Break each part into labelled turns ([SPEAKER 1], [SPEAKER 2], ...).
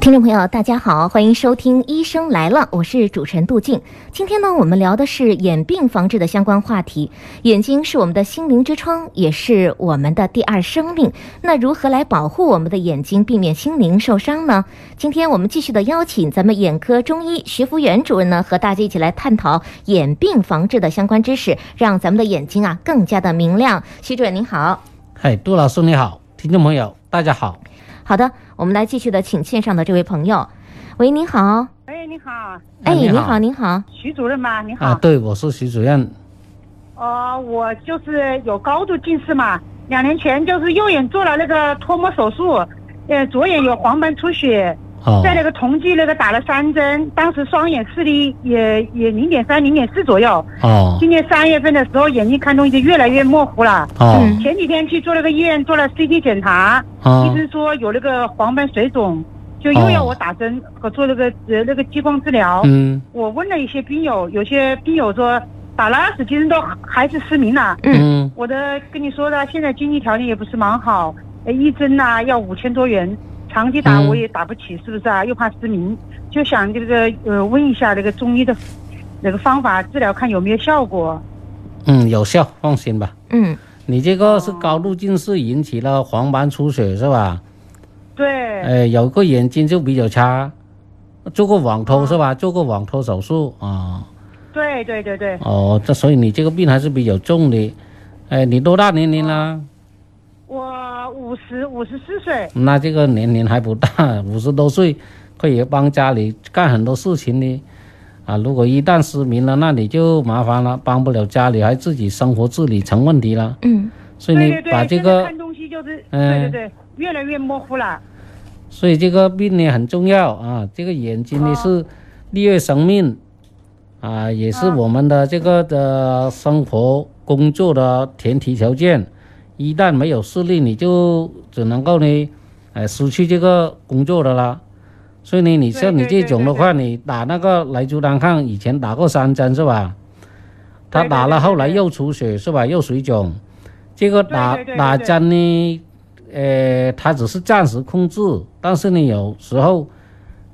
[SPEAKER 1] 听众朋友，大家好，欢迎收听《医生来了》，我是主持人杜静。今天呢，我们聊的是眼病防治的相关话题。眼睛是我们的心灵之窗，也是我们的第二生命。那如何来保护我们的眼睛，避免心灵受伤呢？今天我们继续的邀请咱们眼科中医徐福元主任呢，和大家一起来探讨眼病防治的相关知识，让咱们的眼睛啊更加的明亮。徐主任您好，
[SPEAKER 2] 嗨，杜老师你好，听众朋友大家好。
[SPEAKER 1] 好的，我们来继续的请线上的这位朋友，喂，您好。
[SPEAKER 3] 哎，你好，
[SPEAKER 1] 哎，
[SPEAKER 2] 你
[SPEAKER 1] 您
[SPEAKER 2] 好
[SPEAKER 1] 好，您好，
[SPEAKER 3] 徐主任吗？你好。
[SPEAKER 2] 啊，对，我是徐主任。
[SPEAKER 3] 呃，我就是有高度近视嘛，两年前就是右眼做了那个脱模手术，呃，左眼有黄斑出血，
[SPEAKER 2] 哦，
[SPEAKER 3] 在那个同济那个打了三针，当时双眼视力也也零点三、零点四左右。
[SPEAKER 2] 哦
[SPEAKER 3] 今年三月份的时候，眼睛看东西就越来越模糊了。
[SPEAKER 2] 哦
[SPEAKER 1] 嗯
[SPEAKER 3] 前几天去做了个医院做了 CT 检查，医
[SPEAKER 2] 哦
[SPEAKER 3] 生说有那个黄斑水肿，就又要我打针和做那个呃那个激光治疗。
[SPEAKER 2] 嗯
[SPEAKER 3] 我问了一些病友，有些病友说打了二十几针都还是失明了。
[SPEAKER 2] 嗯
[SPEAKER 3] 我的跟你说的，现在经济条件也不是蛮好，呃一针呐、要五千多元，长期打
[SPEAKER 2] 嗯
[SPEAKER 3] 我也打不起，是不是啊？又怕失明，就想这个呃问一下这个中医的那个方法治疗，看有没有效果。
[SPEAKER 2] 嗯，有效，放心吧。
[SPEAKER 1] 嗯。
[SPEAKER 2] 你这个是高度近视引起了黄斑出血是吧？
[SPEAKER 3] 对，
[SPEAKER 2] 呃，有个眼睛就比较差，做过网托是吧？做过网托手术啊。
[SPEAKER 3] 对对对对，
[SPEAKER 2] 哦，这所以你这个病还是比较重的。哎，你多大年龄啦？
[SPEAKER 3] 我五十五十四岁，
[SPEAKER 2] 那这个年龄还不大， 五十多岁，可以帮家里干很多事情呢。啊，如果一旦失明了，那你就麻烦了，帮不了家里，还自己生活自理成问题了。
[SPEAKER 1] 嗯
[SPEAKER 2] 所以
[SPEAKER 3] 对
[SPEAKER 2] 你
[SPEAKER 3] 对对，
[SPEAKER 2] 把这
[SPEAKER 3] 现在
[SPEAKER 2] 个，
[SPEAKER 3] 看东西就是，对对
[SPEAKER 2] 嗯
[SPEAKER 3] 对，越来越模糊了。
[SPEAKER 2] 所以这个病呢很重要啊。这个眼睛呢
[SPEAKER 3] 哦
[SPEAKER 2] 是利于生命，啊，也是我们的这个的生活工作的前提条件。一旦没有视力，你就只能够呢，呃，失去这个工作的啦。所以呢，你像你
[SPEAKER 3] 对对
[SPEAKER 2] 这种的话，你打那个莱珠单抗，以前打过三针是吧？他
[SPEAKER 3] 对对
[SPEAKER 2] 打了，
[SPEAKER 3] 对对
[SPEAKER 2] 后来
[SPEAKER 3] 对
[SPEAKER 2] 又出血是吧？又水肿，这个打
[SPEAKER 3] 对对对对
[SPEAKER 2] 打
[SPEAKER 3] 对
[SPEAKER 2] 针呢，呃，它只是暂时控制，但是呢，有时候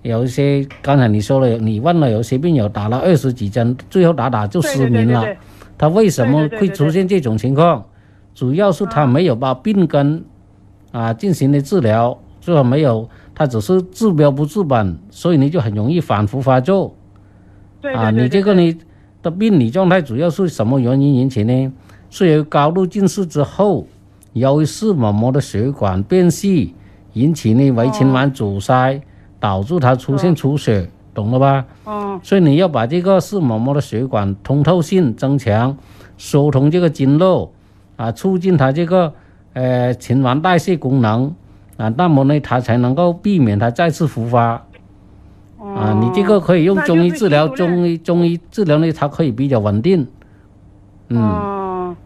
[SPEAKER 2] 有一些刚才你说了，你问了，有些病友打了二十几针，最后打打就
[SPEAKER 3] 对
[SPEAKER 2] 失
[SPEAKER 3] 对对
[SPEAKER 2] 明
[SPEAKER 3] 对
[SPEAKER 2] 了
[SPEAKER 3] 对，
[SPEAKER 2] 他为什么
[SPEAKER 3] 对对对
[SPEAKER 2] 会
[SPEAKER 3] 对啊
[SPEAKER 2] 出现这种情况？主要是他没有把病根啊进行的治疗，最后没有，他只是治标不治本，所以你就很容易反复发作。
[SPEAKER 3] 对对
[SPEAKER 2] 啊，
[SPEAKER 3] 对对
[SPEAKER 2] 你这个你的病理状态主要是什么原因引起呢？是由高度近视之后，由于视网膜的血管变细引起呢
[SPEAKER 3] 哦
[SPEAKER 2] 围裙环阻塞，导致它出现出血，懂了吧？
[SPEAKER 3] 嗯，
[SPEAKER 2] 所以你要把这个视网膜的血管通透性增强，疏通这个经络，啊，促进它这个呃循环代谢功能，啊，那么呢，它才能够避免它再次复发。啊，你这个可以用
[SPEAKER 3] 哦那就
[SPEAKER 2] 中医
[SPEAKER 3] 是
[SPEAKER 2] 治疗，
[SPEAKER 3] 基础的
[SPEAKER 2] 中医中医治疗呢，它可以比较稳定。嗯，
[SPEAKER 3] 哦，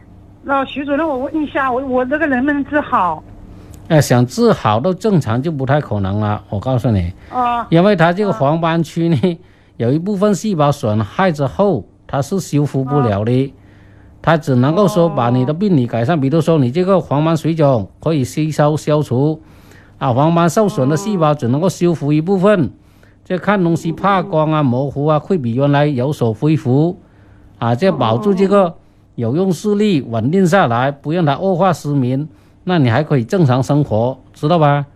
[SPEAKER 3] 那徐主任，我问一下，我我这个能不能治好？
[SPEAKER 2] 哎，想治好都正常就不太可能了，我告诉你。
[SPEAKER 3] 啊、
[SPEAKER 2] 因为它这个黄斑区呢，有一部分细胞损害之后，它是修复不了的，它只能够说把你的病理改善，比如说你这个黄斑水肿可以吸收消除，啊，黄斑受损的细胞只能够修复一部分，这看东西怕光啊、模糊啊，会比原来有所恢复，啊，这保住这个有用视力稳定下来，不让它恶化失明，那你还可以正常生活，知道吧？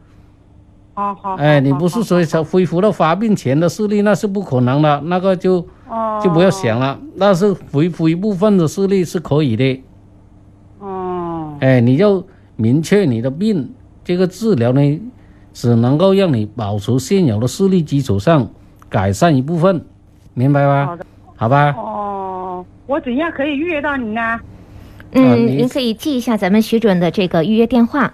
[SPEAKER 3] 好好。
[SPEAKER 2] 哎，你
[SPEAKER 3] 好
[SPEAKER 2] 不是说想恢复到发病前的视力，那是不可能的，那个就
[SPEAKER 3] 哦，
[SPEAKER 2] 就不要想了。但是恢复一部分的视力是可以的。
[SPEAKER 3] 哦，
[SPEAKER 2] 哎，你要明确你的病，这个治疗呢，只能够让你保持现有的视力基础上改善一部分，明白
[SPEAKER 3] 好
[SPEAKER 2] 吧
[SPEAKER 3] 的？
[SPEAKER 2] 好吧，
[SPEAKER 3] 哦，我怎样可以预约到您呢？
[SPEAKER 2] 啊
[SPEAKER 1] 嗯，
[SPEAKER 2] 您
[SPEAKER 1] 您可以记一下咱们徐主任的这个预约电话，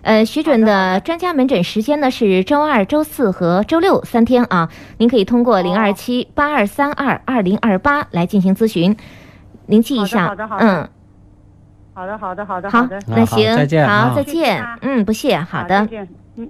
[SPEAKER 1] 呃，徐准的专家门诊时间呢是周二、周四和周六三天啊，您可以通过零二七八二三二二零二八来进行咨询，您记一下。
[SPEAKER 3] 好的好的好的
[SPEAKER 1] 嗯，
[SPEAKER 3] 好的，好的，好的，
[SPEAKER 1] 好
[SPEAKER 3] 的，，
[SPEAKER 1] 那
[SPEAKER 2] 好
[SPEAKER 1] 行，
[SPEAKER 2] 再见啊
[SPEAKER 1] 好，再
[SPEAKER 3] 谢谢
[SPEAKER 1] 见
[SPEAKER 3] 啊。
[SPEAKER 1] 嗯，不谢，好的
[SPEAKER 3] 再。见，嗯，